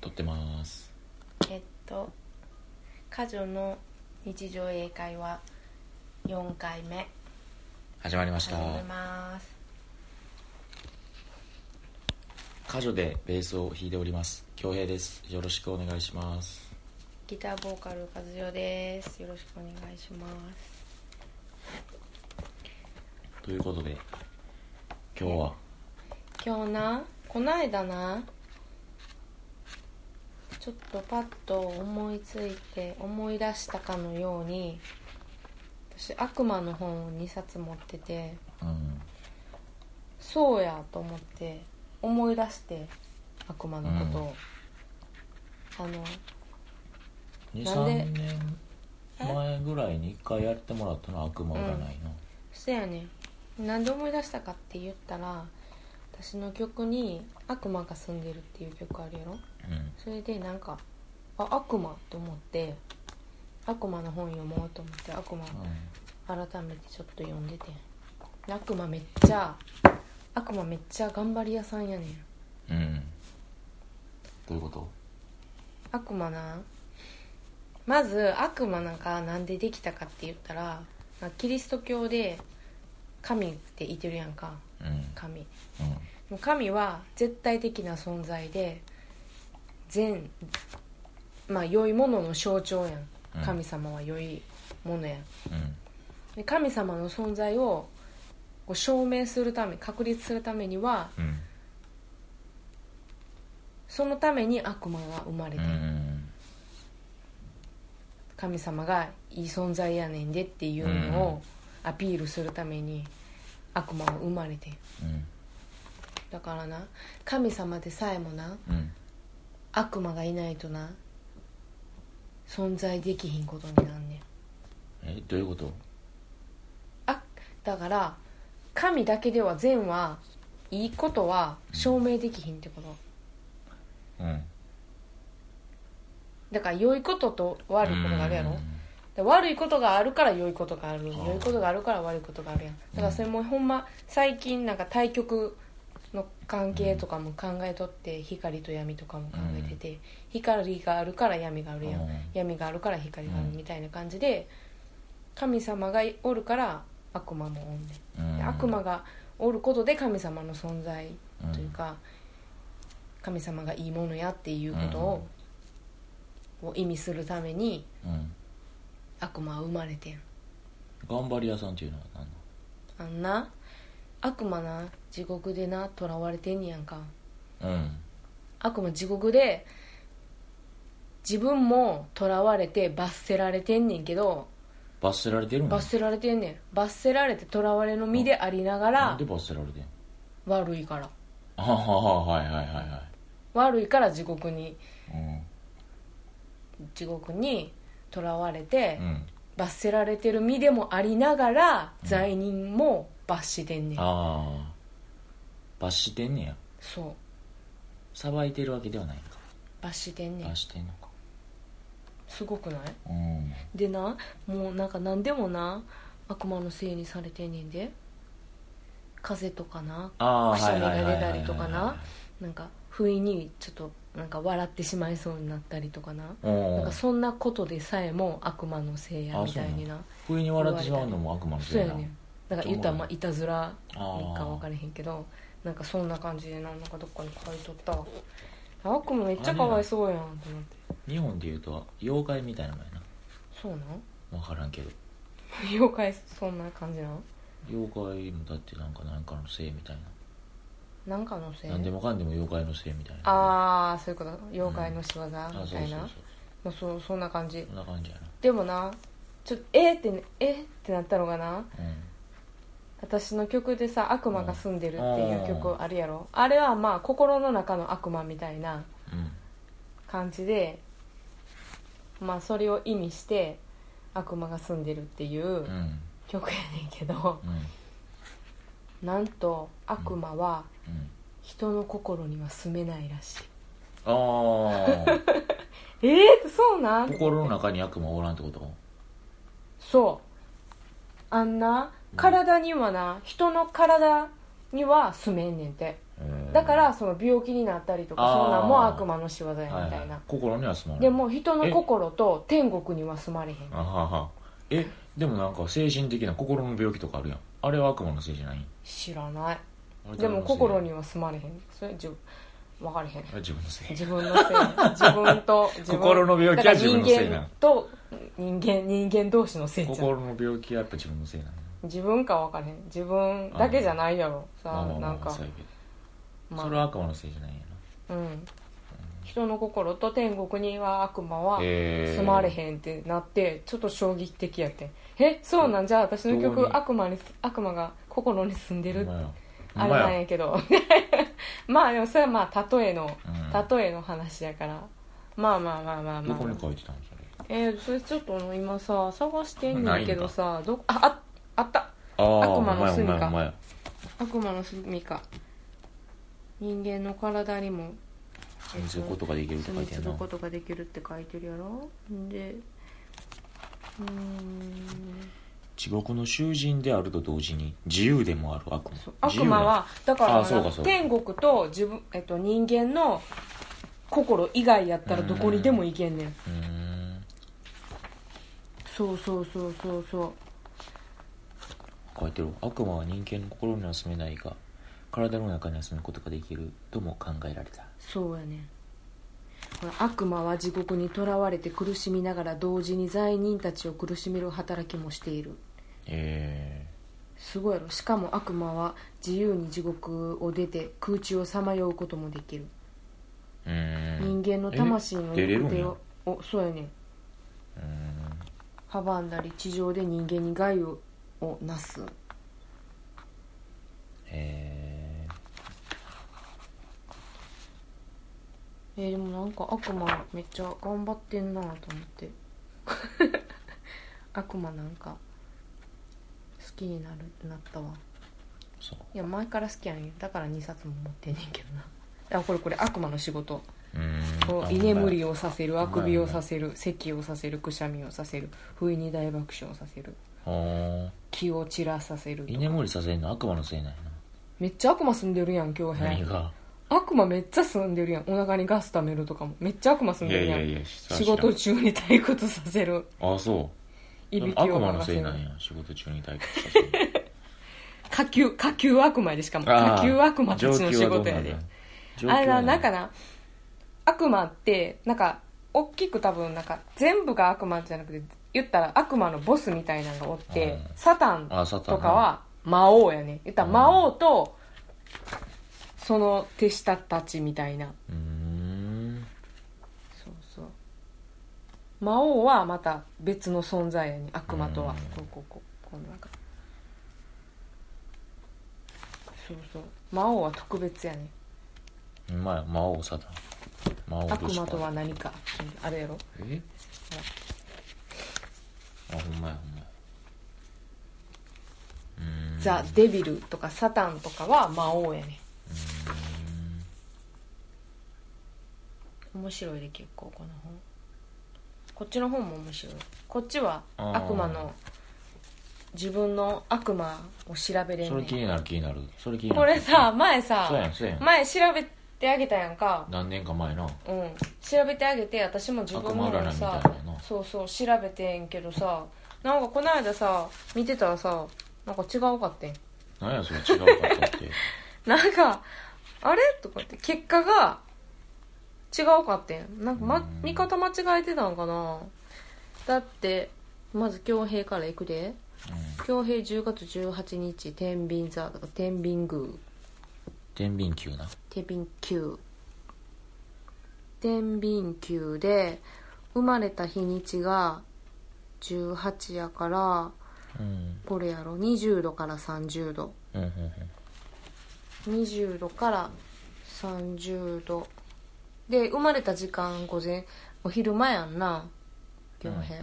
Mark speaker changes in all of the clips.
Speaker 1: 撮ってます
Speaker 2: えっと「家女の日常英会話」4回目
Speaker 1: 始まりまし
Speaker 2: 始
Speaker 1: た
Speaker 2: めます
Speaker 1: 家女でベースを弾いております恭平ですよろしくお願いします
Speaker 2: ギターボーカル和代ですよろしくお願いします
Speaker 1: ということで今日は
Speaker 2: 今日なこないだなちょっとパッと思いついて思い出したかのように私悪魔の本を2冊持ってて
Speaker 1: うん
Speaker 2: そうやと思って思い出して悪魔のことを、あのなんで
Speaker 1: 23年前ぐらいに一回やってもらったの悪魔占いの
Speaker 2: そやねなんで思い出したかって言ったら私の曲に「悪魔が住んでる」っていう曲あるやろ
Speaker 1: うん
Speaker 2: それでなんかあ悪魔と思って悪魔の本読もうと思って悪魔改めてちょっと読んでてで悪魔めっちゃ悪魔めっちゃ頑張り屋さんやねん
Speaker 1: うん、うん、どういうこと
Speaker 2: 悪魔なまず悪魔なんかなんでできたかって言ったらまあキリスト教で神っていてるやんか
Speaker 1: うん
Speaker 2: 神
Speaker 1: うん
Speaker 2: 神は絶対的な存在で善まあ良いものの象徴や
Speaker 1: うん
Speaker 2: ん神様は良いものやん
Speaker 1: うん
Speaker 2: で神様の存在をこう証明するため確立するためには
Speaker 1: うん
Speaker 2: そのために悪魔が生まれ
Speaker 1: う
Speaker 2: て
Speaker 1: ん
Speaker 2: 神様がいい存在やねんでっていうのをアピールするために悪魔は生まれてん
Speaker 1: うん
Speaker 2: だからな神様でさえもな
Speaker 1: うん
Speaker 2: 悪魔がいないとな存在できひんことになんねん
Speaker 1: えどういうこと
Speaker 2: あだから神だけでは善はいいことは証明できひんってこと
Speaker 1: うん
Speaker 2: だから良いことと悪いことがあるやろ
Speaker 1: うん
Speaker 2: で悪いことがあるから良いことがある良
Speaker 1: ー
Speaker 2: いことがあるから悪いことがあるやんだからそれもほんま最近なんか対局の関係とかも考えとって光と闇とかも考えてて光があるから闇があるや
Speaker 1: うん
Speaker 2: ん闇があるから光がある
Speaker 1: うん
Speaker 2: みたいな感じで神様がおるから悪魔もおんねん
Speaker 1: うん
Speaker 2: で悪魔がおることで神様の存在というか、神様がいいものやっていうことを,、を意味するために
Speaker 1: うん
Speaker 2: 悪魔は生まれてん
Speaker 1: 頑張り屋さんっていうのは何だ
Speaker 2: あんな悪魔な地獄でな囚われてんねやんか
Speaker 1: うん
Speaker 2: 悪魔地獄で自分も囚われて罰せられてんねんけど
Speaker 1: 罰せられてるの
Speaker 2: 罰せられてんねん罰せられて囚われの身でありな
Speaker 1: な
Speaker 2: が
Speaker 1: ん
Speaker 2: ら
Speaker 1: で罰せられてんの
Speaker 2: 悪いから
Speaker 1: あはははいはいはいは
Speaker 2: 悪いから地獄に
Speaker 1: いうん
Speaker 2: 地獄に囚われて、
Speaker 1: うん
Speaker 2: 罰せられてる身でもありながら罪人も罰してんねん、
Speaker 1: ああ罰してんねや
Speaker 2: そう
Speaker 1: さばいてるわけではないんか
Speaker 2: 罰してんねん
Speaker 1: 罰してんのか
Speaker 2: すごくない
Speaker 1: うん
Speaker 2: でなもうなんか何でもな悪魔のせいにされてんねんで風邪とかな
Speaker 1: ああー
Speaker 2: くしゃみが
Speaker 1: はい
Speaker 2: 出
Speaker 1: はい
Speaker 2: た
Speaker 1: はい
Speaker 2: りとかななんか不意にちょっとなんか笑ってしまいそうになったりとかな
Speaker 1: うん
Speaker 2: なんかそんなことでさえも悪魔のせいやみたいにな
Speaker 1: 不意に笑ってしまうのも悪魔の
Speaker 2: そ
Speaker 1: せ
Speaker 2: う
Speaker 1: い
Speaker 2: や
Speaker 1: な
Speaker 2: ねんなんか言ったらまあいたずら
Speaker 1: あ
Speaker 2: いいか分
Speaker 1: あ
Speaker 2: からへんけどなんかそんな感じでなんかどっかに書いとったわあっくもめっちゃかわいそうやんと思って
Speaker 1: 日本でいうと妖怪みたいなもんやな
Speaker 2: そうなん
Speaker 1: 分からんけど
Speaker 2: 妖怪そんな感じなん
Speaker 1: 妖怪もだってなんか何かのせいみたいな
Speaker 2: なんかのせい
Speaker 1: 何でもかんでも妖怪のせいみたいなあ
Speaker 2: ああそういうこと妖怪の仕業みたいな、
Speaker 1: そうそうそう
Speaker 2: まあ、そうそんな感じ
Speaker 1: そんな感じや
Speaker 2: でもなちょっとえー、ってねえー、ってなったのがな
Speaker 1: なうん
Speaker 2: 私の曲でさ「悪魔が住んでる」っていう
Speaker 1: う
Speaker 2: 曲あるやろあれはまあ心の中の悪魔みたいな
Speaker 1: うん
Speaker 2: 感じでまあそれを意味して悪魔が住んでるっていう
Speaker 1: うん
Speaker 2: 曲やねんけど、
Speaker 1: うん
Speaker 2: なんと悪魔は
Speaker 1: うん
Speaker 2: 人の心には住めないらし
Speaker 1: あ
Speaker 2: いえー、そうな
Speaker 1: あ
Speaker 2: ん
Speaker 1: 心の中に悪魔おらんってこと
Speaker 2: そうあんな
Speaker 1: うん
Speaker 2: 体にはな人の体には住めんねんて
Speaker 1: う
Speaker 2: だからその病気になったりとか
Speaker 1: あー
Speaker 2: そんなんも悪魔の仕業やみ
Speaker 1: み
Speaker 2: たいな、
Speaker 1: 心には住まない
Speaker 2: でも人の心と天国には住まれへん
Speaker 1: あははえでもなんか精神的な心の病気とかあるやんあれは悪魔のせいじゃない
Speaker 2: 知らない
Speaker 1: あれ
Speaker 2: でも心に
Speaker 1: は
Speaker 2: は住まれへんそれ自分分かれへん
Speaker 1: 自分のせい
Speaker 2: 自分のせい自分 と自分
Speaker 1: 心の病気は自分のせいな
Speaker 2: だから人間と人間人間同士のせいじゃん
Speaker 1: 心の病気はやっぱ自分のせいなの
Speaker 2: 自分か分かれへん自分だけじゃないやろさあなんか
Speaker 1: そうやけど
Speaker 2: ま
Speaker 1: それ
Speaker 2: あ
Speaker 1: は悪魔のせいじゃないんや
Speaker 2: うん人の心と天国には悪魔は
Speaker 1: なへー
Speaker 2: 住まれへんってなってちょっと衝撃的やってんえそうなんじゃあ私の
Speaker 1: どう
Speaker 2: 曲
Speaker 1: に
Speaker 2: 悪魔に悪魔が心に住んでる
Speaker 1: ほんまや
Speaker 2: あれなん
Speaker 1: ほん
Speaker 2: やけどまあでもそれはまあ例えの
Speaker 1: まや
Speaker 2: 例えの話やからまあまあまあまあ
Speaker 1: うん
Speaker 2: ま
Speaker 1: ど
Speaker 2: あ、
Speaker 1: こに書いてたんそれ
Speaker 2: えー、それちょっと今さ探してんねんけどさどこあああった
Speaker 1: ああ
Speaker 2: 悪魔の住みか
Speaker 1: お前
Speaker 2: 悪魔の住みか人間の体にも
Speaker 1: 住み着くことができるって
Speaker 2: 住
Speaker 1: 書い
Speaker 2: み
Speaker 1: てん
Speaker 2: 着
Speaker 1: な
Speaker 2: くことができるって書いてるやろでうーん
Speaker 1: 地獄の囚人であると同時に自由でもある悪魔
Speaker 2: そう悪魔はだから
Speaker 1: あそうかそうか
Speaker 2: 天国と自分、えっと、人間の心以外やったらどこにでも行けんねん
Speaker 1: 自由なんやう
Speaker 2: そうそうそうそうそう
Speaker 1: ーん書いてる悪魔は人間の心には住めないが体の中には住むことができるとも考えられた
Speaker 2: そうやねほら悪魔は地獄にとらわれて苦しみながら同時に罪人たちを苦しめる働きもしている
Speaker 1: え
Speaker 2: すごいやろしかも悪魔は自由に地獄を出て空中をさまようこともできる、
Speaker 1: えー、うーん
Speaker 2: 人間の魂の
Speaker 1: え出れる
Speaker 2: 行
Speaker 1: ん
Speaker 2: 方
Speaker 1: や
Speaker 2: をおそうやね
Speaker 1: うーん
Speaker 2: 阻んだり地上で人間に害ををなす
Speaker 1: え
Speaker 2: えーでもなんか悪魔めっちゃ頑張ってんなと思って 悪魔なんか好きになるなったわ
Speaker 1: ー、そう
Speaker 2: いや前から好きやねんだから2冊も持ってんねんけどなあこれこれ悪魔の仕事
Speaker 1: うーん
Speaker 2: こ
Speaker 1: あ
Speaker 2: う居眠
Speaker 1: ほんまや
Speaker 2: りをさせるあくびをさせる咳をさせるくしゃみをさせる不意に大爆笑をさせる
Speaker 1: ほ
Speaker 2: 気を散らさせる
Speaker 1: ー居眠りさせるの悪魔のせいなんや
Speaker 2: めっちゃ悪魔住んでるやん今
Speaker 1: な
Speaker 2: 日
Speaker 1: 何
Speaker 2: 編
Speaker 1: が
Speaker 2: 悪魔めっちゃ住んでるやんお腹にガス溜めるとかもめっちゃ悪魔住んでるやん
Speaker 1: や
Speaker 2: 仕事
Speaker 1: 中
Speaker 2: 中に退屈させる
Speaker 1: あそう
Speaker 2: い
Speaker 1: でも
Speaker 2: びき
Speaker 1: 悪
Speaker 2: を
Speaker 1: 魔の
Speaker 2: 任
Speaker 1: せ
Speaker 2: せ
Speaker 1: い
Speaker 2: る
Speaker 1: なんや仕事中に退屈させる
Speaker 2: 下級下級悪魔やでしかも
Speaker 1: あー
Speaker 2: 下級悪魔たちの仕事やで
Speaker 1: 上級
Speaker 2: あ
Speaker 1: は
Speaker 2: れ
Speaker 1: どうな
Speaker 2: な
Speaker 1: んだ
Speaker 2: なんかな悪魔ってなんか大きく多分なんか全部が悪魔じゃなくて言ったら悪魔のボスみたいなのがおっ
Speaker 1: う
Speaker 2: て、
Speaker 1: ん
Speaker 2: サタン
Speaker 1: あサタン
Speaker 2: とかは魔王やね言ったら魔王とその手下たちみたいな
Speaker 1: うーん
Speaker 2: そうそう魔王はまた別の存在やね悪魔とは、
Speaker 1: う
Speaker 2: こうこうこうこうなんかそうそう魔王は特別やね
Speaker 1: うまい魔王サタン魔王
Speaker 2: 悪
Speaker 1: どうし
Speaker 2: 魔
Speaker 1: た
Speaker 2: とは何かあれやろ
Speaker 1: えあほんまやほんまやうーん
Speaker 2: ザ・デビルとかサタンとかは魔王やね面白いで結構この本こっちの本も面白いこっちは
Speaker 1: あー
Speaker 2: 悪魔の自分の悪魔を調べれ
Speaker 1: そ
Speaker 2: ん
Speaker 1: れ
Speaker 2: ね
Speaker 1: 気
Speaker 2: ん
Speaker 1: になる気になるそれ気になる
Speaker 2: これさ前さ
Speaker 1: そうやんそうやん
Speaker 2: 前調べてあげたやんか
Speaker 1: 何年か前な
Speaker 2: うん調べてあげて私も自分の
Speaker 1: 悪魔占いみ
Speaker 2: も
Speaker 1: たいな
Speaker 2: さ
Speaker 1: の
Speaker 2: そうそう調べてんけどさなんかこの間さ見てたらさなんか違うかってん
Speaker 1: 何やそれ違うかったっ て
Speaker 2: なんか「あれ?」とかって結果が違うかってんなんか、ま
Speaker 1: うん、
Speaker 2: 見方間違えてたんかなだってまず恭平から行くで
Speaker 1: うん
Speaker 2: 恭平10月18日天秤座とか天秤宮
Speaker 1: 天秤球な
Speaker 2: 天秤宮天秤宮で生まれた日にちが18やから
Speaker 1: うん
Speaker 2: これやろ20度から30度
Speaker 1: うんうん
Speaker 2: 20度から30度で生まれた時間午前お昼前やんな
Speaker 1: う
Speaker 2: 今
Speaker 1: ん
Speaker 2: 日
Speaker 1: うん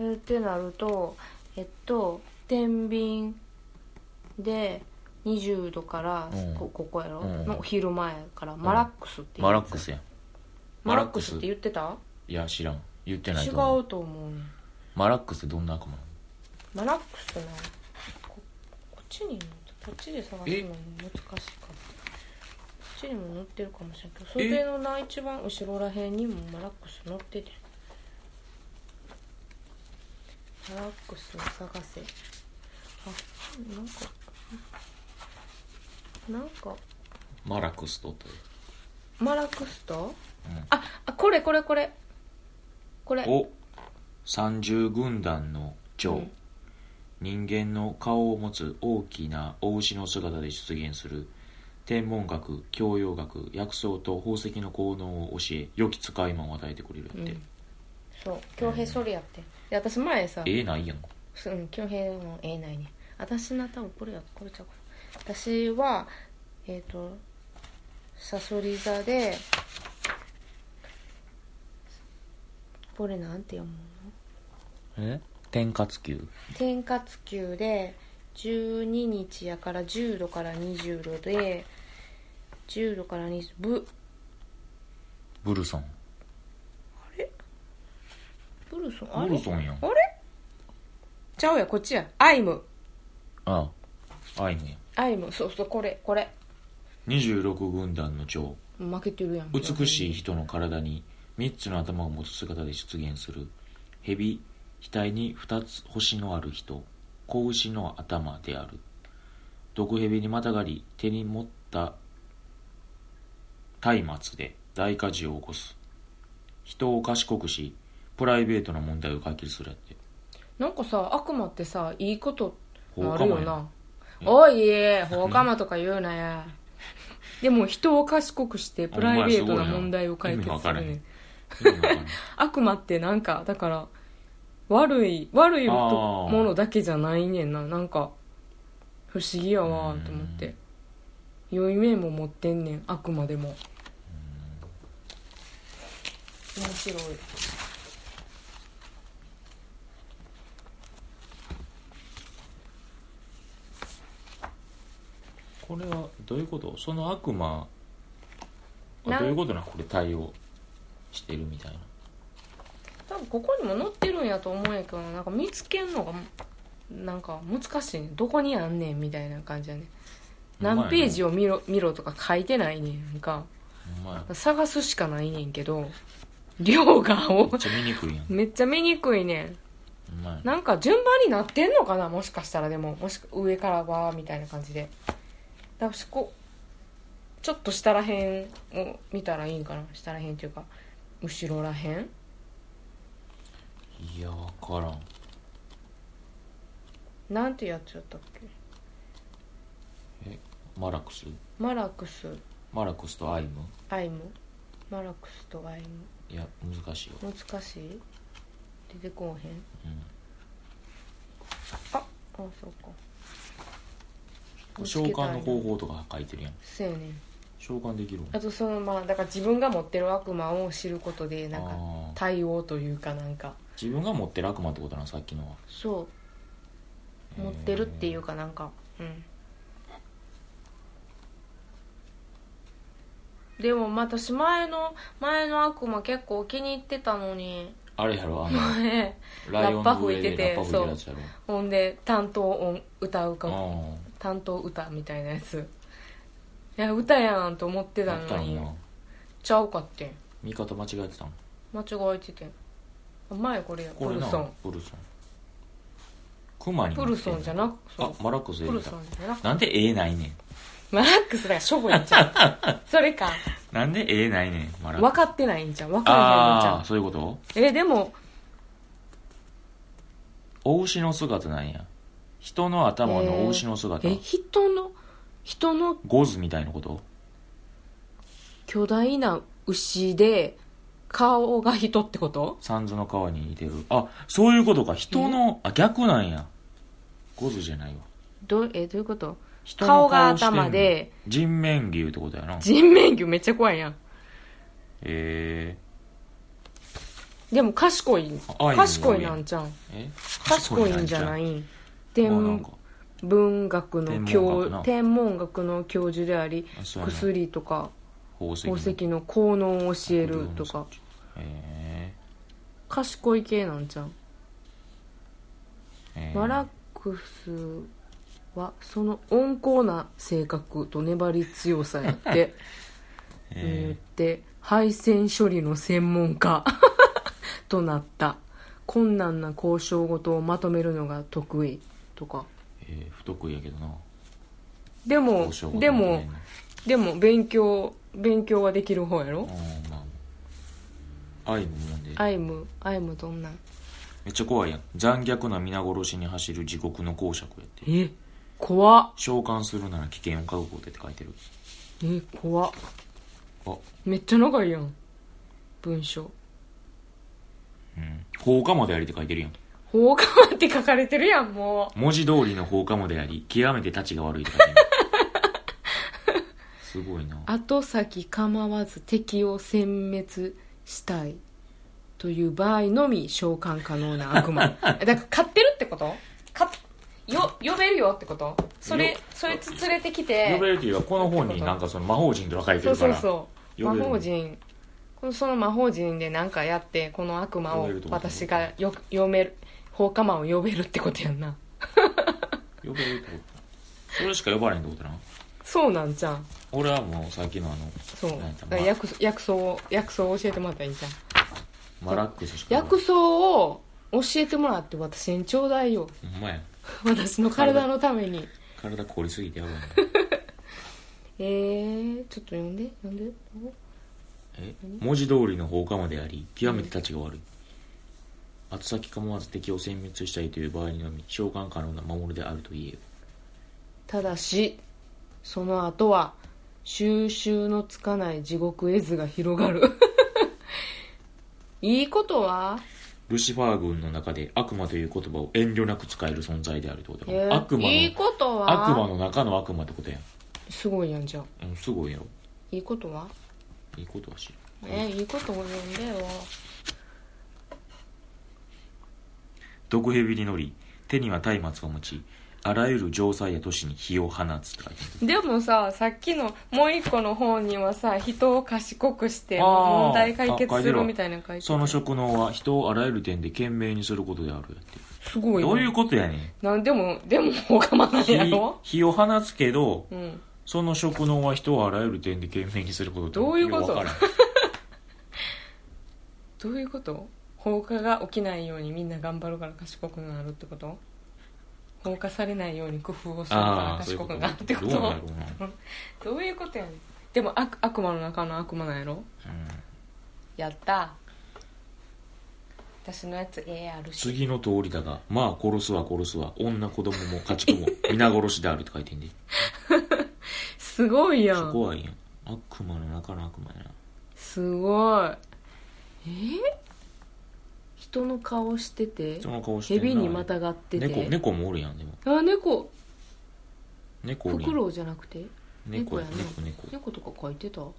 Speaker 1: うん
Speaker 2: えってなるとえっと天秤で20度から
Speaker 1: うん
Speaker 2: こここやろ、
Speaker 1: うん
Speaker 2: のお昼前やからマラックスっていう
Speaker 1: マ
Speaker 2: やつ
Speaker 1: ラックスやん
Speaker 2: マラックスって言ってた
Speaker 1: いや知らん言ってない
Speaker 2: 違
Speaker 1: と思う
Speaker 2: うと思うね
Speaker 1: マラックスってどんな悪魔なの
Speaker 2: マラックスなここっちにいんのこっちで探すの難しかっっちにも載ってるかもしれんけど袖のな一番後ろらへんにもマラックス載っててマラックスを探せあなんかなんか
Speaker 1: マラクスとって
Speaker 2: マラックスと
Speaker 1: うん
Speaker 2: ああこれこれこれこれ
Speaker 1: お三十軍団の長、
Speaker 2: うん
Speaker 1: 人間の顔を持つ大きなお牛の姿で出現する天文学教養学薬草と宝石の効能を教え良き使い魔を与えてくれるって、
Speaker 2: うんそう恭平それやってで私前さ
Speaker 1: ええないやんか
Speaker 2: すうん恭平のええないね私な多分これやこれちゃうかな私はえっ、とさそり座でこれなんて読むの
Speaker 1: え天活球
Speaker 2: 天活球で12日やから10度から20度で10度から20ブ
Speaker 1: ブルソン
Speaker 2: ブルソンあれ
Speaker 1: ブルソンやん
Speaker 2: あれちゃうやこっちやアイム
Speaker 1: ああアイムやん
Speaker 2: アイムそうそうこれこれ
Speaker 1: 26軍団の長
Speaker 2: 負けてるやん
Speaker 1: 美しい人の体に3つの頭を持つ姿で出現する蛇額に2つ星のある人子牛の頭である毒蛇にまたがり手に持った松明で大火事を起こす人を賢くしプライベートな問題を解決するやって
Speaker 2: なんかさ悪魔ってさいいことある
Speaker 1: 放
Speaker 2: よ
Speaker 1: 火魔や
Speaker 2: な
Speaker 1: な
Speaker 2: おい放火魔とか言う なやでも人を賢くしてプライベートな問題を解決
Speaker 1: ほんますやすごいな意味わ
Speaker 2: る
Speaker 1: からへ
Speaker 2: ね
Speaker 1: ん意味わからん
Speaker 2: 悪魔ってなんかだから悪い悪いこと
Speaker 1: あー
Speaker 2: ものだけじゃないねんななんか不思議やわと思って良い面も持ってんねん悪魔でも面白い
Speaker 1: これはどういうことその悪魔がどういうことなこれ対応してるみたいな
Speaker 2: 多分ここにも載ってるんやと思うんやけどなんか見つけんのがなんか難しいねどこにあんねんみたいな感じやね何ページ
Speaker 1: を
Speaker 2: を見ろ見ろとか書いてないねんなんか
Speaker 1: お前
Speaker 2: 探すしかないねんけど量が多い
Speaker 1: めっちゃ見にくいやん
Speaker 2: めっちゃ見にくいねん
Speaker 1: お前
Speaker 2: なんか順番になってんのかなもしかしたらでももしく上からはみたいな感じでだからそこちょっと下らへんを見たらいいんかな下らへんっていうか後ろらへん
Speaker 1: いやわからん
Speaker 2: なんてやつやったっけ
Speaker 1: マラクス
Speaker 2: マラクス
Speaker 1: マラクスとアイム
Speaker 2: アイムマラクスとアイム
Speaker 1: いや難しいよ、
Speaker 2: 難しい出てこうへん
Speaker 1: う
Speaker 2: ああそうか
Speaker 1: ん、召喚の方
Speaker 2: 法
Speaker 1: 法とか書いてるやん
Speaker 2: そうやねん
Speaker 1: 召喚できるん
Speaker 2: あ
Speaker 1: あ
Speaker 2: とそのまあだから自分が持ってる悪魔を知ることでなんか
Speaker 1: ー
Speaker 2: 対応というかなんか
Speaker 1: 自分が持ってる悪魔ってことなのさっきのは
Speaker 2: そう持ってるっていうかなんかうんでもまあ私前の前の悪魔結構気に入ってたのに
Speaker 1: あれやろあのラ
Speaker 2: ラ
Speaker 1: イオ
Speaker 2: ッ
Speaker 1: ン
Speaker 2: パ
Speaker 1: の
Speaker 2: 吹
Speaker 1: 上
Speaker 2: いて
Speaker 1: で
Speaker 2: て
Speaker 1: ラッパ吹いてるやつやろ
Speaker 2: ほんで担当音歌う
Speaker 1: あ
Speaker 2: か
Speaker 1: ー
Speaker 2: 担当歌みたいなやついや歌やんと思ってた
Speaker 1: あった
Speaker 2: の
Speaker 1: の
Speaker 2: に
Speaker 1: な
Speaker 2: ちゃうかってん
Speaker 1: 見方間違えてたの
Speaker 2: 間違えててんあ前これや
Speaker 1: こ
Speaker 2: プ
Speaker 1: れ
Speaker 2: ル
Speaker 1: な
Speaker 2: ソン
Speaker 1: プルソンクマに
Speaker 2: プルソンじゃ
Speaker 1: な
Speaker 2: な
Speaker 1: く
Speaker 2: くそ
Speaker 1: あ
Speaker 2: う
Speaker 1: マラクス
Speaker 2: プ
Speaker 1: 入
Speaker 2: ル
Speaker 1: れた
Speaker 2: ソンじゃなく
Speaker 1: なんでええないねん
Speaker 2: マラックスだからしょぼいんちゃう それか
Speaker 1: なんでええないねんマラク
Speaker 2: 分
Speaker 1: ス
Speaker 2: かってないんちゃう分からへん
Speaker 1: あ
Speaker 2: ん
Speaker 1: あ
Speaker 2: ち
Speaker 1: そういうこと
Speaker 2: ゃうえでも
Speaker 1: お牛の姿なんや人の頭のお牛の姿、
Speaker 2: え人の人の
Speaker 1: ゴズみたいなこと
Speaker 2: 巨大な牛で顔が人ってこと
Speaker 1: サンズの川に似てるあそういうことか人のあ逆なんやゴズじゃないわ
Speaker 2: どうえどういうこと
Speaker 1: 人
Speaker 2: 顔
Speaker 1: の
Speaker 2: が
Speaker 1: してんの
Speaker 2: 頭で
Speaker 1: 人面牛ってことやな
Speaker 2: 人面魚めっちゃ怖いやん
Speaker 1: え
Speaker 2: でも賢い
Speaker 1: ー、あ
Speaker 2: 賢いなんちゃうん
Speaker 1: え
Speaker 2: 賢いんじゃないい
Speaker 1: まあなん
Speaker 2: 天
Speaker 1: か
Speaker 2: 文学の
Speaker 1: 天文
Speaker 2: 教
Speaker 1: 学な
Speaker 2: 天文学の教授であり
Speaker 1: あそうやな
Speaker 2: 薬とか
Speaker 1: 宝石
Speaker 2: 宝石の効能を教えるとか
Speaker 1: え
Speaker 2: 賢い系なんちゃう
Speaker 1: ーえー
Speaker 2: マラックスはその温厚な性格と粘り強さやってによっ
Speaker 1: え
Speaker 2: て配線処理の専門家 となった困難な交渉事をまとめるのが得意とか
Speaker 1: ーえー不得意やけどな
Speaker 2: でも
Speaker 1: 交渉事
Speaker 2: で
Speaker 1: みた
Speaker 2: も
Speaker 1: いな
Speaker 2: でも勉強勉強はできる方やろ
Speaker 1: うんまあ愛ももんで
Speaker 2: アイムアイムどんなん
Speaker 1: めっちゃ怖いやん残虐な皆殺しに走る地獄の公爵やって
Speaker 2: え怖っ
Speaker 1: 召喚するなら危険を覚悟でって書いてる
Speaker 2: え怖っ
Speaker 1: あ
Speaker 2: めっちゃ長いやん文章
Speaker 1: うん放火までありって書いてるやん
Speaker 2: 放火魔って書かれてるやんも
Speaker 1: 文字通りの放火魔であり極めてたちが悪いって書いてる すごいな
Speaker 2: う後先構わず敵を殲滅したいという場合のみ召喚可能な悪魔だから買ってるってことかよ呼べるよってことそれ
Speaker 1: よ
Speaker 2: それ連れてきて
Speaker 1: 呼べるというかこの本になんかその魔法陣とか書いて
Speaker 2: そう
Speaker 1: るか
Speaker 2: そう
Speaker 1: ら
Speaker 2: そう
Speaker 1: 呼
Speaker 2: 魔
Speaker 1: べる
Speaker 2: 法陣このその魔法陣で何かやってこの悪魔
Speaker 1: 呼
Speaker 2: を
Speaker 1: べるってこと
Speaker 2: 私がよ読める放火魔を呼べるってことやんな
Speaker 1: 呼べるってことそれしか呼ばれへんってことな
Speaker 2: そうなんじゃん
Speaker 1: 俺はもうさっきのあの
Speaker 2: そう
Speaker 1: なんやった
Speaker 2: だから薬薬草を薬草を教えてもらったらいいじゃん
Speaker 1: マラックスしか呼ばれへん
Speaker 2: 薬草を教えてもらって私にちょうだいよ
Speaker 1: ほんまや
Speaker 2: 私の体のために
Speaker 1: 体凍りすぎてやばいな
Speaker 2: えー、ちょっと読んで読んで
Speaker 1: え文字通りの放火魔であり極めてたちが悪い後先構わず敵を殲滅したいという場合にのみ召喚可能な魔物であると言えよ
Speaker 2: ただしその後は収拾のつかない地獄絵図が広がる いいことは
Speaker 1: ルシファー軍の中で悪魔という言葉を遠慮なく使える存在であるってことだから、
Speaker 2: えー
Speaker 1: 悪魔の
Speaker 2: いいことは
Speaker 1: 悪魔の中の悪魔ってことや
Speaker 2: すごいやんじゃあ
Speaker 1: ん、うん、すごいやろ
Speaker 2: いいことはい
Speaker 1: いことは知る
Speaker 2: えいいことを読んでよ
Speaker 1: 毒蛇に乗り手には松明を持ちあらゆる城塞や都市に火を放つって書いてある
Speaker 2: でもささっきのもう一個の本にはさ人を賢くして
Speaker 1: あー
Speaker 2: 問題解決
Speaker 1: あ書い
Speaker 2: す
Speaker 1: てる
Speaker 2: る
Speaker 1: わ
Speaker 2: みたいなの書いてる
Speaker 1: その職能は人をあらゆる点で賢明にすることであるやって
Speaker 2: すごいね
Speaker 1: どういうことやねん
Speaker 2: なんでもでも放火魔なんや
Speaker 1: 火
Speaker 2: ろ
Speaker 1: 火を放つけど
Speaker 2: うん
Speaker 1: その職能は人をあらゆる点で賢明にすることって
Speaker 2: どういうこと
Speaker 1: よくわからん
Speaker 2: どういうこと放火が起きないようにみんな頑張るから賢くなるってこと放火されないように工夫をするか
Speaker 1: あ
Speaker 2: ら
Speaker 1: あそういうこ
Speaker 2: 賢く
Speaker 1: と
Speaker 2: なるってこと
Speaker 1: どうなんやろうな
Speaker 2: どういうことやねんでも悪悪魔の中の悪魔なんやろ
Speaker 1: うん
Speaker 2: やった私のやつ絵あるし
Speaker 1: 次の通りだがまあ殺すは殺すは女子供も家畜 も皆殺しであるって書いてんで
Speaker 2: すごいや
Speaker 1: そ
Speaker 2: ん
Speaker 1: こはいいやん悪魔の中の悪魔やな
Speaker 2: すごいえー人の顔してて
Speaker 1: 人の顔してんな
Speaker 2: 蛇にまたがってて
Speaker 1: 猫猫もおるやんでも
Speaker 2: あ猫
Speaker 1: 猫
Speaker 2: フ
Speaker 1: おるや
Speaker 2: ク
Speaker 1: ん
Speaker 2: ロウじゃなくて
Speaker 1: 猫
Speaker 2: 猫
Speaker 1: や
Speaker 2: やな
Speaker 1: 猫猫
Speaker 2: 猫とか書いてた
Speaker 1: お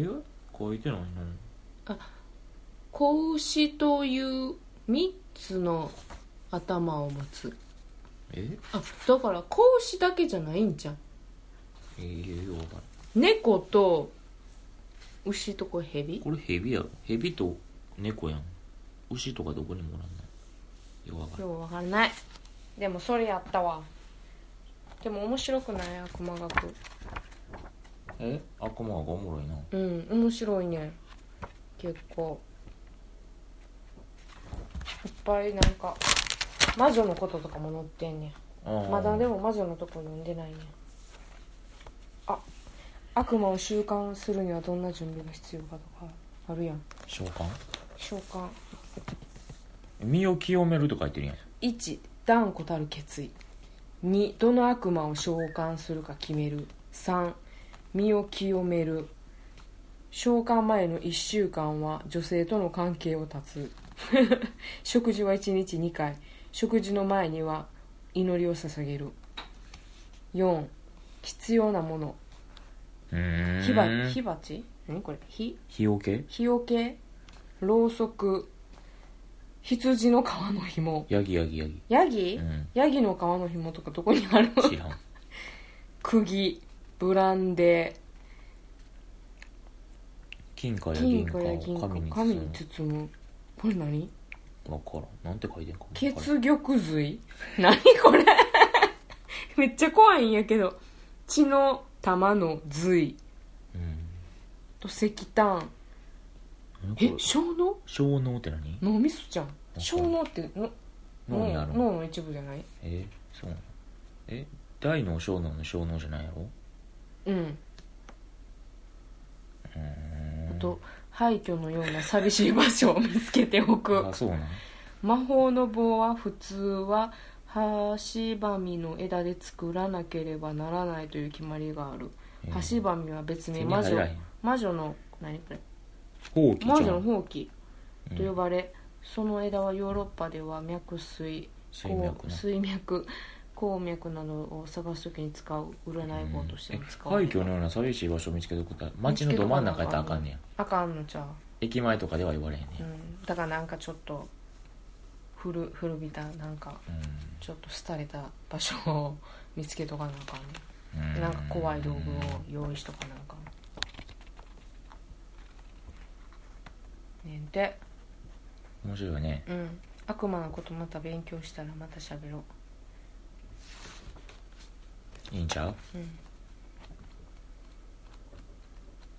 Speaker 1: や書いてないな
Speaker 2: 子牛という3つの頭を持つ
Speaker 1: え
Speaker 2: あだから子牛だけじゃないんじゃん
Speaker 1: えー、よくわからん
Speaker 2: 猫と牛とこれ蛇
Speaker 1: これ蛇やろ蛇と猫やん牛とかどこにもおらんないよくわからん
Speaker 2: ようわからないでもそれやったわでも面白くない悪魔学
Speaker 1: え悪魔がおもろいな
Speaker 2: うん面白いね結構いっぱいなんか魔女のこととかも載ってんねん
Speaker 1: あー
Speaker 2: まだでも魔女のとこ読んでないねあ悪魔を召喚するにはどんな準備が必要かとかあるやん
Speaker 1: 召喚
Speaker 2: 召喚
Speaker 1: 身を清めると書いてるやん
Speaker 2: 1断固たる決意2どの悪魔を召喚するか決める3身を清める召喚前の1週間は女性との関係を断つ 食事は1日2回食事の前には祈りを捧げる4必要なもの
Speaker 1: うーん
Speaker 2: 火鉢火鉢何これ火
Speaker 1: 日よけ
Speaker 2: 火よけろうそく羊の皮の紐
Speaker 1: ヤギヤギヤギ
Speaker 2: ヤギ、
Speaker 1: うん
Speaker 2: ヤギの皮の紐とかどこにある
Speaker 1: 知らん
Speaker 2: 釘ブランデ
Speaker 1: 金貨
Speaker 2: ー
Speaker 1: や
Speaker 2: 金
Speaker 1: 銀貨
Speaker 2: 貨や銀
Speaker 1: を
Speaker 2: 貨
Speaker 1: 神に包
Speaker 2: 紙に
Speaker 1: む
Speaker 2: 包むこれ何
Speaker 1: わからんなんて書いてんかもわからん
Speaker 2: 血玉髄何これ めっちゃ怖いんやけど血の玉の髄
Speaker 1: うん
Speaker 2: と石炭
Speaker 1: なんか
Speaker 2: え小脳
Speaker 1: 小脳って何
Speaker 2: 脳みそじゃん小脳っての
Speaker 1: 脳にあるの
Speaker 2: 脳の一部じゃない
Speaker 1: えそうなのえ大脳小脳の小脳じゃないやろ
Speaker 2: うん
Speaker 1: うー
Speaker 2: あ
Speaker 1: ん
Speaker 2: と廃墟のような寂しい場所を見つけておく
Speaker 1: あそうなん
Speaker 2: 魔法の棒は普通は端紙の枝で作らなければならないという決まりがある
Speaker 1: えー
Speaker 2: 端紙は別
Speaker 1: 手
Speaker 2: に
Speaker 1: に
Speaker 2: 魔
Speaker 1: 入
Speaker 2: 女
Speaker 1: らへん
Speaker 2: 魔女の何これ
Speaker 1: ほうきじゃ
Speaker 2: 魔女の
Speaker 1: ん
Speaker 2: 放棄
Speaker 1: うん
Speaker 2: と呼ばれ、その枝はヨーロッパでは脈水
Speaker 1: 水脈な
Speaker 2: 水脈鉱脈などを探す時に使う占い棒としても使わ
Speaker 1: うん
Speaker 2: れ
Speaker 1: え
Speaker 2: る、
Speaker 1: 廃墟のような寂しい場所を見つけてくったら街のど真ん中やったらあかんねや
Speaker 2: あかんのちゃ
Speaker 1: 駅前とかでは言われへんね
Speaker 2: う、う
Speaker 1: や
Speaker 2: ん、だからなんかちょっと古古びたなんかちょっと廃れた場所を見つけとかなあかんね
Speaker 1: うん
Speaker 2: なんか怖い道具を
Speaker 1: うん
Speaker 2: 用意しとかなあかんねんて
Speaker 1: 面白いね
Speaker 2: うん悪魔のことまた勉強したらまた喋ろ
Speaker 1: いいんちゃう
Speaker 2: ううん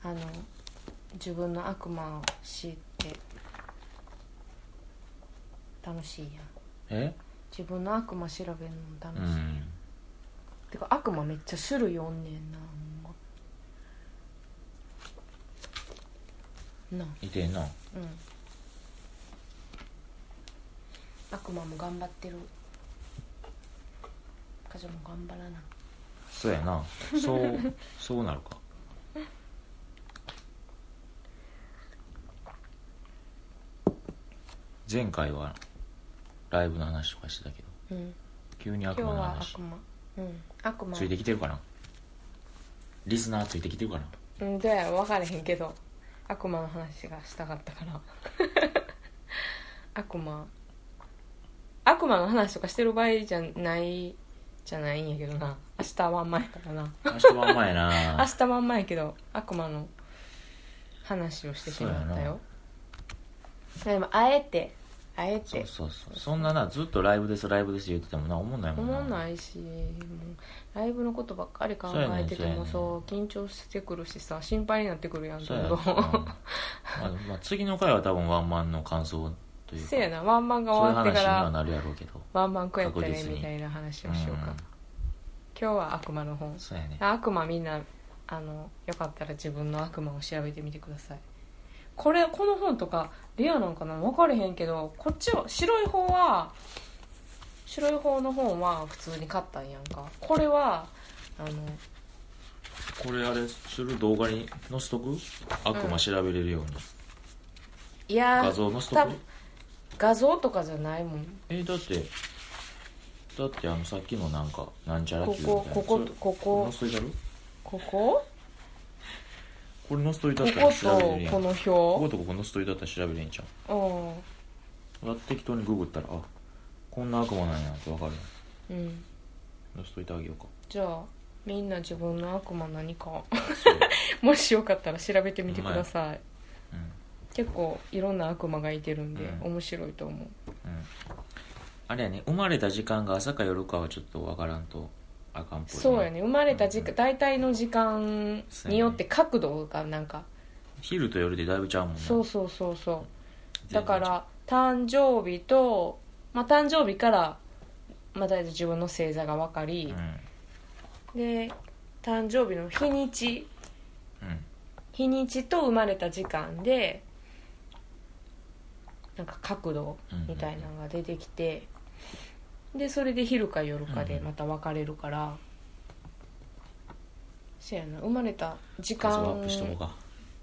Speaker 2: あの自分の悪魔を知って楽しいやん
Speaker 1: え
Speaker 2: 自分の悪魔調べるの
Speaker 1: う
Speaker 2: 楽しい、
Speaker 1: ん
Speaker 2: てか悪魔めっちゃ種類おんねんなほんまなあ
Speaker 1: いてんな
Speaker 2: うん悪魔も頑張ってるカジュも頑張らな
Speaker 1: そうやなそう そうなるか前回はライブの話とかしてたけど
Speaker 2: うん
Speaker 1: 急に
Speaker 2: 今
Speaker 1: 悪
Speaker 2: 日
Speaker 1: 魔の
Speaker 2: は
Speaker 1: 話
Speaker 2: 悪魔うん悪魔
Speaker 1: ついてきてるかなリスナーついてきてるかな
Speaker 2: うんどうやら分かれへんけど悪魔の話がしたかったから 悪魔悪魔の話とかしてる場合じゃないじゃないんやけどな明日はあんまやからな
Speaker 1: 明日は前
Speaker 2: 明
Speaker 1: な
Speaker 2: 日はあんまやけど悪魔の話をしてしまったよでもあえてあえ
Speaker 1: そ
Speaker 2: て
Speaker 1: うそうそうそんななずっとライブですライブです言っててもな思んないもん
Speaker 2: 思
Speaker 1: な
Speaker 2: わないしもうライブのことばっかり考えてても
Speaker 1: そ
Speaker 2: そう緊張してくるしさ心配になってくるやん
Speaker 1: そうや
Speaker 2: ど
Speaker 1: な、
Speaker 2: ん
Speaker 1: うん
Speaker 2: どん
Speaker 1: まあまあ、次の回は多分ワンマンの感想というか
Speaker 2: せやなワンマンが
Speaker 1: そういう
Speaker 2: 終わっ
Speaker 1: 話
Speaker 2: てか
Speaker 1: には
Speaker 2: ら
Speaker 1: なるやろうけど
Speaker 2: ワンマンこうやった
Speaker 1: 確
Speaker 2: ね
Speaker 1: 実に
Speaker 2: みたいな話をしようか、
Speaker 1: うん
Speaker 2: 今日は悪魔の本
Speaker 1: そうやね
Speaker 2: 悪魔みんなあのよかったら自分の悪魔を調べてみてくださいこれこの本とかレアなんかな分かれへんけどこっちを白い方は白い方の本は普通に買ったんやんかこれはあの
Speaker 1: これあれする動画に載せとく悪魔調べれるように、
Speaker 2: いやー
Speaker 1: 画像載せと
Speaker 2: 多
Speaker 1: く
Speaker 2: 分画像とかじゃないもん
Speaker 1: えだってだってあのさっきのなんかなんちゃら
Speaker 2: こ
Speaker 1: 級みたいな
Speaker 2: ここ
Speaker 1: それこれ
Speaker 2: こここ
Speaker 1: 載せといたる
Speaker 2: ここ
Speaker 1: これ載せといた
Speaker 2: こ
Speaker 1: った
Speaker 2: こ
Speaker 1: ら調べれる
Speaker 2: と
Speaker 1: やん
Speaker 2: こ
Speaker 1: こ
Speaker 2: の
Speaker 1: ことここ載せといたったら調べれんじゃ
Speaker 2: 表うん
Speaker 1: んだって適当にググったらあこんな悪魔なんやってわかる
Speaker 2: う
Speaker 1: や
Speaker 2: ん
Speaker 1: ん載せといてあげようか
Speaker 2: じゃあみんな自分の悪魔何か
Speaker 1: そう、
Speaker 2: もしよかったら調べてみてください
Speaker 1: うん
Speaker 2: 結構いろんな悪魔がいてるんで、
Speaker 1: うん
Speaker 2: 面白いと思う
Speaker 1: うん、あれやね生まれた時間が朝か夜かはちょっとわからんとあかんっぽい、
Speaker 2: そうやね生まれた時
Speaker 1: うんう
Speaker 2: 間大体の時間によって角度がなんか
Speaker 1: 昼と夜でだいぶちゃうもんな
Speaker 2: そうそうそうそうだから誕生日と、まあ、誕生日から、まあ、大体自分の星座が分か
Speaker 1: 全
Speaker 2: り
Speaker 1: 然、
Speaker 2: で誕生日の日にち
Speaker 1: うんうん
Speaker 2: 日にちと生まれた時間でなんか角度みたいなのが出てきて、でそれで昼か夜かでまた分かれるから、せやな生まれた時
Speaker 1: 画像
Speaker 2: 間
Speaker 1: アップしとこうか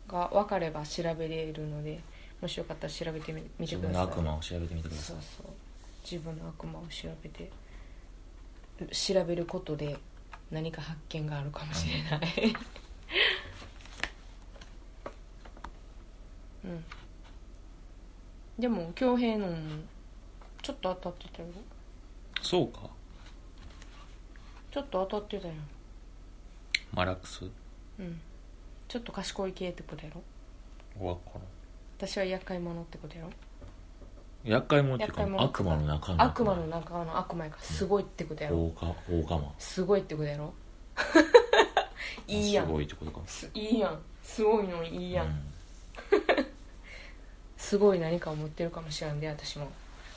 Speaker 2: が分かれば調べれるのでもしよかったら調べてみ見て
Speaker 1: 自
Speaker 2: く
Speaker 1: 分の
Speaker 2: ださい
Speaker 1: 悪魔を調べてみてくださ
Speaker 2: そ
Speaker 1: いう
Speaker 2: そう自分の悪魔を調べて調べることで何か発見があるかもしれない うんでも恭平のもちょっと当たってたよ
Speaker 1: そうか
Speaker 2: ちょっと当たってたよ
Speaker 1: マラックス
Speaker 2: うんちょっと賢い系ってことやろ
Speaker 1: わからん
Speaker 2: 私は厄介者ってことやろ
Speaker 1: 厄介者っていうか
Speaker 2: 厄介者
Speaker 1: 悪魔の中の
Speaker 2: 悪魔の仲間の悪魔やからすごいってことやろ、
Speaker 1: 放火放火魔
Speaker 2: すごいってことやろいいや
Speaker 1: す
Speaker 2: ん
Speaker 1: ごいってことか
Speaker 2: すいいやんすごいのいいやん、
Speaker 1: うん
Speaker 2: すごい何かを持ってるかもしれんで私も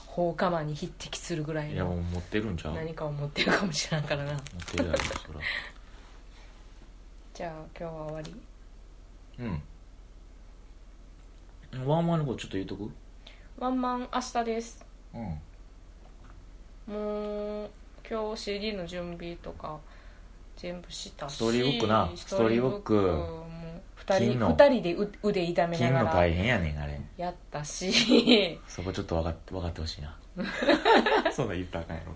Speaker 2: 放火魔に匹敵するぐらい
Speaker 1: いやも
Speaker 2: の
Speaker 1: う持ってるんちゃう持っ
Speaker 2: 何かを持ってるかもしれんからな
Speaker 1: てるやろそら
Speaker 2: じゃあ今日は終わり
Speaker 1: うんワンワンのことちょっと言うとく
Speaker 2: ワンマン明日です
Speaker 1: うん
Speaker 2: もう今日 CD の準備とか全部したし
Speaker 1: ストーリーブックなストーリーブック
Speaker 2: も2人
Speaker 1: 金の
Speaker 2: 二人でう腕痛めな
Speaker 1: 金
Speaker 2: が
Speaker 1: の
Speaker 2: ら
Speaker 1: 大変やねんあれ
Speaker 2: やったし
Speaker 1: そこちょっと分かって分かってほしいなそんなん言ったらあかんやろ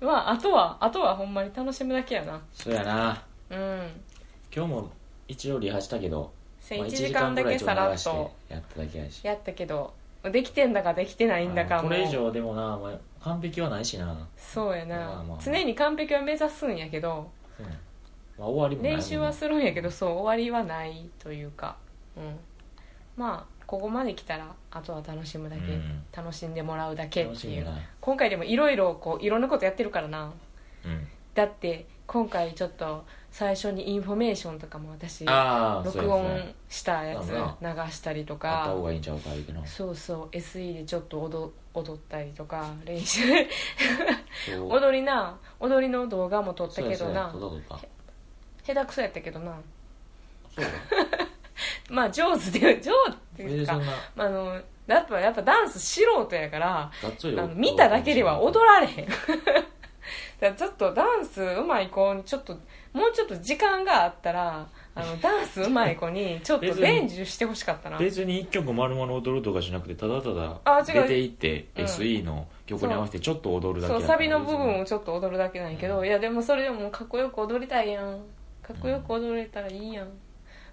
Speaker 2: まああとはあとはほんまに楽しむだけやな
Speaker 1: そうやな
Speaker 2: うん
Speaker 1: 今日も一応リハしたけど
Speaker 2: せ
Speaker 1: まあ
Speaker 2: 1時間だけさらっ
Speaker 1: 一時間ぐ
Speaker 2: と
Speaker 1: いちょっ流してやっただけやし
Speaker 2: やったけどできてんだかできてないんだか
Speaker 1: あの
Speaker 2: も
Speaker 1: これ以上でもな、まあ、完璧はないしな、
Speaker 2: そうやな、
Speaker 1: まあまあ
Speaker 2: 常に完璧は目指すんやけど
Speaker 1: うんまあ、終わりもないもんな
Speaker 2: 練習はするんやけどそう終わりはないというか、うん、まあここまで来たらあとは楽しむだけ、
Speaker 1: うん
Speaker 2: 楽しんでもらうだけっ
Speaker 1: 楽
Speaker 2: て
Speaker 1: し
Speaker 2: い
Speaker 1: み
Speaker 2: う
Speaker 1: だな
Speaker 2: 今回でもいろいろこういろんなことやってるからな
Speaker 1: うん
Speaker 2: だって今回ちょっと最初にインフォメーションとかも私
Speaker 1: ああ
Speaker 2: 録音したやつ
Speaker 1: そうや
Speaker 2: 流したりと
Speaker 1: あった
Speaker 2: か
Speaker 1: 方がいいんちゃうか言うけど
Speaker 2: そうそう SE でちょっと踊踊ったりとか練習
Speaker 1: そう
Speaker 2: 踊りな踊りの動画も撮ったけどな
Speaker 1: そうやそうやそうだそう
Speaker 2: 下手くそやったけどな
Speaker 1: だそう だ
Speaker 2: まあ上手で 上手って
Speaker 1: それ
Speaker 2: いう
Speaker 1: でそ
Speaker 2: か
Speaker 1: んな
Speaker 2: まああのやっぱやっぱダンス素人やから
Speaker 1: がっつ
Speaker 2: あ
Speaker 1: り
Speaker 2: の見ただけでは踊られへん だからちょっとダンスうまい子にちょっともうちょっと時間があったらあのダンスうまい子にちょっと
Speaker 1: 別に
Speaker 2: 伝授してほしかったな
Speaker 1: 別に一曲丸々踊るとかしなくてただた
Speaker 2: あ
Speaker 1: だ
Speaker 2: 違
Speaker 1: 出
Speaker 2: う
Speaker 1: ていって
Speaker 2: うん
Speaker 1: SE の曲に合わせてちょっと踊るだけ
Speaker 2: そう
Speaker 1: やか
Speaker 2: サ
Speaker 1: ら
Speaker 2: ビの部分をちょっと踊るだけなんやけど、
Speaker 1: うん
Speaker 2: いやでもそれでもかっこよく踊りたいやんかっこよく踊れたらいいやん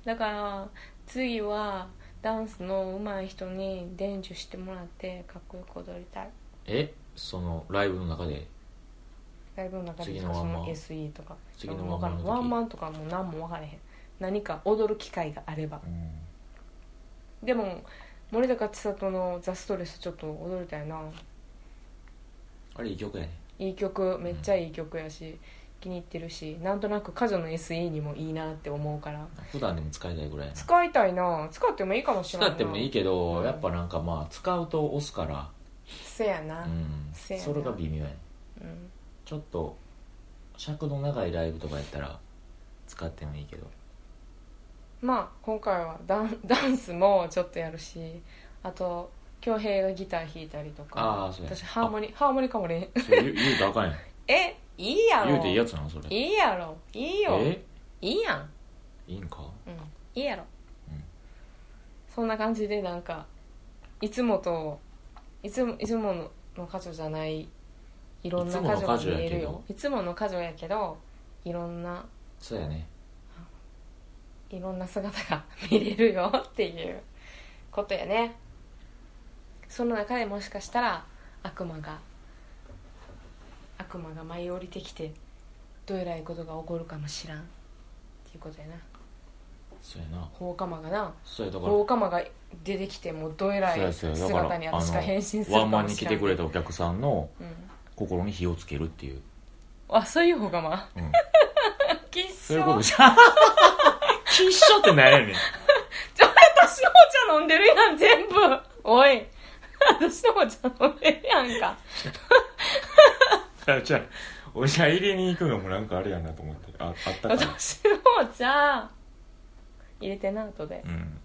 Speaker 2: だから次はダンスの上手い人に伝授してもらってかっこよく踊りたい
Speaker 1: えそのライブの中で
Speaker 2: ライブの中で
Speaker 1: 次
Speaker 2: そ
Speaker 1: のワンマン
Speaker 2: の SE とか
Speaker 1: 次の
Speaker 2: わ
Speaker 1: ワンマンの
Speaker 2: か
Speaker 1: 時
Speaker 2: らんワンマンとかもう何も分からへん何か踊る機会があればでも森高千里の「ザ・ストレス」ちょっと踊りたいな
Speaker 1: あれいい曲やね
Speaker 2: いい曲めっちゃいい曲やし、気に入ってるしなんとなく彼女の SE にもいいなって思うから
Speaker 1: 普段でも使いたいぐらいやな
Speaker 2: 使いたいな使ってもいいかもしれな
Speaker 1: 使
Speaker 2: い
Speaker 1: ってもいいけどやっぱなんかまあ使うと押すか
Speaker 2: せやな
Speaker 1: らうん
Speaker 2: せやな
Speaker 1: それが微妙やね
Speaker 2: うん
Speaker 1: ちょっと尺の長いライブとかやったら使ってもいいけど
Speaker 2: まあ今回はダン ダンスもちょっとやるしあと恭平がギター弾いたりと
Speaker 1: あ
Speaker 2: か
Speaker 1: ーそうや
Speaker 2: 私ハーモニハーモニカもね
Speaker 1: それ言う言うたらあかんやん
Speaker 2: え いいやろ
Speaker 1: 言うていいやつなのそれ
Speaker 2: いいやろいいよ
Speaker 1: え
Speaker 2: いいやん
Speaker 1: いいんか
Speaker 2: うんいいやろ、
Speaker 1: うん
Speaker 2: そんな感じでなんかいつもといつもいつものの家女じゃないいろんな家女が見えるよいつもの家女やけどいろんな
Speaker 1: そうやね
Speaker 2: いろんな姿が見れるよっていうことやねその中でもしかしたら悪魔が悪魔が舞い降りてきてどえらいことが起こるかもしらんっていうことやな
Speaker 1: そうやな
Speaker 2: 放火魔がな
Speaker 1: そうやだから
Speaker 2: 大カマが出てきてもうどえら
Speaker 1: そうや
Speaker 2: い
Speaker 1: そうやだから
Speaker 2: 姿に私が変身する
Speaker 1: あのワンマンに来てくれ
Speaker 2: た、
Speaker 1: たお客さんの
Speaker 2: うん、
Speaker 1: 心に火をつけるっていう、
Speaker 2: あそういう方がま
Speaker 1: うん、
Speaker 2: あ吉
Speaker 1: そうい
Speaker 2: 祥
Speaker 1: うこと
Speaker 2: 私
Speaker 1: じゃん 吉祥って何やねん
Speaker 2: のお茶飲んでるやん全部おい私のお茶飲んでるやんか
Speaker 1: じゃあじゃあお茶入れに行くのもなんかあれやなと思ってああったから
Speaker 2: 私のお茶入れてな後で、
Speaker 1: うん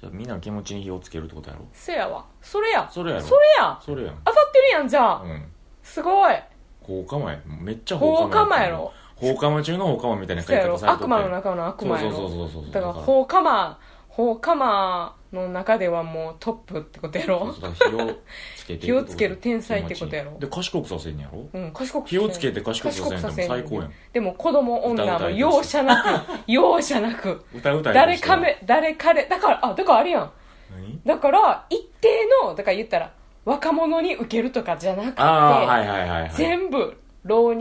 Speaker 1: じゃあみんなの気持ちに火をつけるってことやろ
Speaker 2: せやわそれや
Speaker 1: それやろ
Speaker 2: それや
Speaker 1: それやん
Speaker 2: 当たってるやんじゃあ、
Speaker 1: うん
Speaker 2: すごい
Speaker 1: 放火魔やめっちゃ
Speaker 2: 放火魔
Speaker 1: 魔
Speaker 2: やろ
Speaker 1: 放火魔中の放火魔みたいな
Speaker 2: そ
Speaker 1: 書
Speaker 2: う
Speaker 1: い
Speaker 2: や
Speaker 1: 方
Speaker 2: ろ
Speaker 1: されとって
Speaker 2: 悪魔の中の悪魔やろ
Speaker 1: そうそうそうそうそう
Speaker 2: だから放火魔放火魔の中ではもうトップってことや ろ
Speaker 1: そうそうだから火をつけて
Speaker 2: 火をつける天才ってことやろ
Speaker 1: で賢くさせんねやろ
Speaker 2: うん、賢く
Speaker 1: 火をつけて賢くさせんの
Speaker 2: 賢く
Speaker 1: 最高やん
Speaker 2: でも子供女も容赦なく容赦なく
Speaker 1: 歌うたり
Speaker 2: 誰かめ誰彼だからあだからあれやん
Speaker 1: 何
Speaker 2: だから一定のだから言ったら若者に受けるとかじゃなくて、
Speaker 1: ああはいはいはいはい
Speaker 2: 全部老若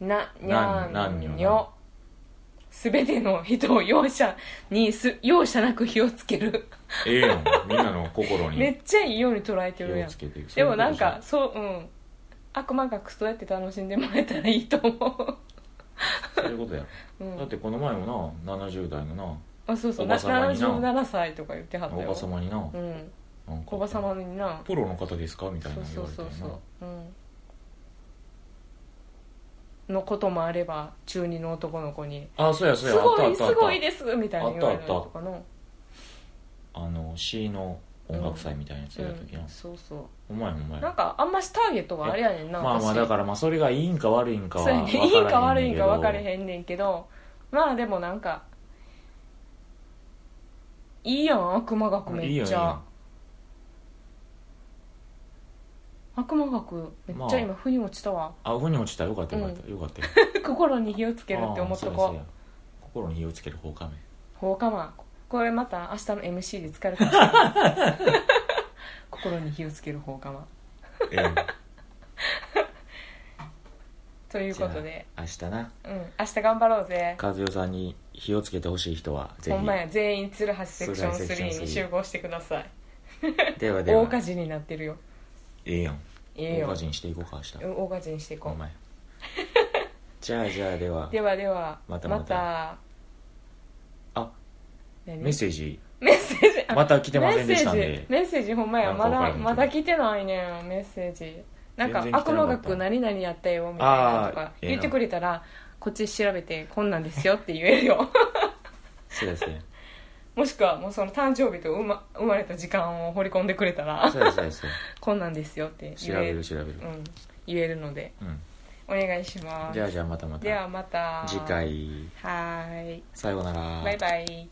Speaker 2: なに
Speaker 1: な
Speaker 2: ゃ
Speaker 1: んなん
Speaker 2: ん
Speaker 1: に
Speaker 2: よ
Speaker 1: ょ
Speaker 2: すべての人を容赦にす容赦なく火をつける
Speaker 1: ええやんみんなの心
Speaker 2: め
Speaker 1: に
Speaker 2: っちゃいいように捉えて
Speaker 1: 気
Speaker 2: る
Speaker 1: を
Speaker 2: やん
Speaker 1: つけて
Speaker 2: でもなんか
Speaker 1: そ
Speaker 2: そううん悪魔がクソやって楽しんでもらえたらいいと思
Speaker 1: ういうことや
Speaker 2: う、うん、
Speaker 1: だってこの前もな70代の
Speaker 2: あそうそう
Speaker 1: お
Speaker 2: な
Speaker 1: ばさまにな
Speaker 2: 77歳とか言って
Speaker 1: な
Speaker 2: はった
Speaker 1: お
Speaker 2: よ
Speaker 1: ばさまにな
Speaker 2: うん
Speaker 1: なんか
Speaker 2: おばさまにな
Speaker 1: プロの方ですかみた
Speaker 2: そ
Speaker 1: いな
Speaker 2: う
Speaker 1: の言わ
Speaker 2: そう
Speaker 1: れて
Speaker 2: そ
Speaker 1: ん
Speaker 2: う
Speaker 1: な
Speaker 2: そううんのこともあれば中二の男の子に
Speaker 1: あそうや
Speaker 2: 「
Speaker 1: そう
Speaker 2: す
Speaker 1: やあっ
Speaker 2: ご
Speaker 1: たあっ
Speaker 2: い
Speaker 1: たあ
Speaker 2: す
Speaker 1: っ
Speaker 2: ごいです」みたいに言われるとかの
Speaker 1: たあの C の音楽祭みたいなやつやった時な
Speaker 2: うんそうそう
Speaker 1: お前お前
Speaker 2: なんかあんましターゲットがあれやねんな
Speaker 1: まあまあ
Speaker 2: 私
Speaker 1: だからまあそれがいいんか悪いんかは
Speaker 2: そうやね
Speaker 1: 分
Speaker 2: いいん
Speaker 1: か
Speaker 2: か
Speaker 1: らへ
Speaker 2: 悪
Speaker 1: んね
Speaker 2: い
Speaker 1: ん
Speaker 2: ん
Speaker 1: け
Speaker 2: か
Speaker 1: ど
Speaker 2: 分かれへんねんけどまあでもなんかいいやん悪魔学
Speaker 1: いい
Speaker 2: め
Speaker 1: よ
Speaker 2: っ
Speaker 1: いい
Speaker 2: ちゃ
Speaker 1: よ
Speaker 2: 悪魔学めっちゃ今腑に落ちたわ
Speaker 1: あふに落ちたよかったよかったよかった よ
Speaker 2: 心に火をつけるって思っと
Speaker 1: あーそうやそ
Speaker 2: こ
Speaker 1: うや
Speaker 2: う
Speaker 1: 心に火をつける放 火面
Speaker 2: 放火魔これまた明日の MC で使えるかもしれない心に火をつける放火魔
Speaker 1: え
Speaker 2: とい
Speaker 1: え
Speaker 2: うことで
Speaker 1: 明日な
Speaker 2: うん明日頑張ろうぜ
Speaker 1: 和代さんに火をつけてほしい人はぜ
Speaker 2: ほんま
Speaker 1: ひ
Speaker 2: や全員鶴橋セクション
Speaker 1: 鶴橋セクション
Speaker 2: 3に集合してください
Speaker 1: ではで
Speaker 2: 大
Speaker 1: は
Speaker 2: 火事になってるよ
Speaker 1: ええやん
Speaker 2: ええ
Speaker 1: 大
Speaker 2: よ
Speaker 1: 火事にしていこうか明日
Speaker 2: うん大火事にしてい
Speaker 1: お
Speaker 2: こ
Speaker 1: 前じゃあじゃあでは
Speaker 2: うではでは
Speaker 1: またまたあ
Speaker 2: 何
Speaker 1: メッセージ
Speaker 2: メッセージあ
Speaker 1: また来てませんでしたん
Speaker 2: メッセー
Speaker 1: で
Speaker 2: ジメッセージほんまや
Speaker 1: なんかわ
Speaker 2: ま
Speaker 1: からん
Speaker 2: だ
Speaker 1: けど
Speaker 2: まだ来てないねんメッセージなんか
Speaker 1: 全
Speaker 2: 「
Speaker 1: 然来て
Speaker 2: 悪
Speaker 1: なか
Speaker 2: 魔
Speaker 1: った
Speaker 2: 学何々やったよ」みたいなと
Speaker 1: あー
Speaker 2: か
Speaker 1: ええな
Speaker 2: 言ってくれたらこっち調べてこんなんですよって言えるよ
Speaker 1: そうですね
Speaker 2: もしくはもうその誕生日と生ま生まれた時間を掘り込んでくれたら
Speaker 1: そうですそうです
Speaker 2: こんなんですよって
Speaker 1: 調
Speaker 2: 言
Speaker 1: べ
Speaker 2: え
Speaker 1: る調べる
Speaker 2: うん、言えるので
Speaker 1: うん
Speaker 2: お願いします
Speaker 1: じゃあじゃあまたま
Speaker 2: では
Speaker 1: た
Speaker 2: また
Speaker 1: 次回
Speaker 2: はーい
Speaker 1: さようなら
Speaker 2: バイバイ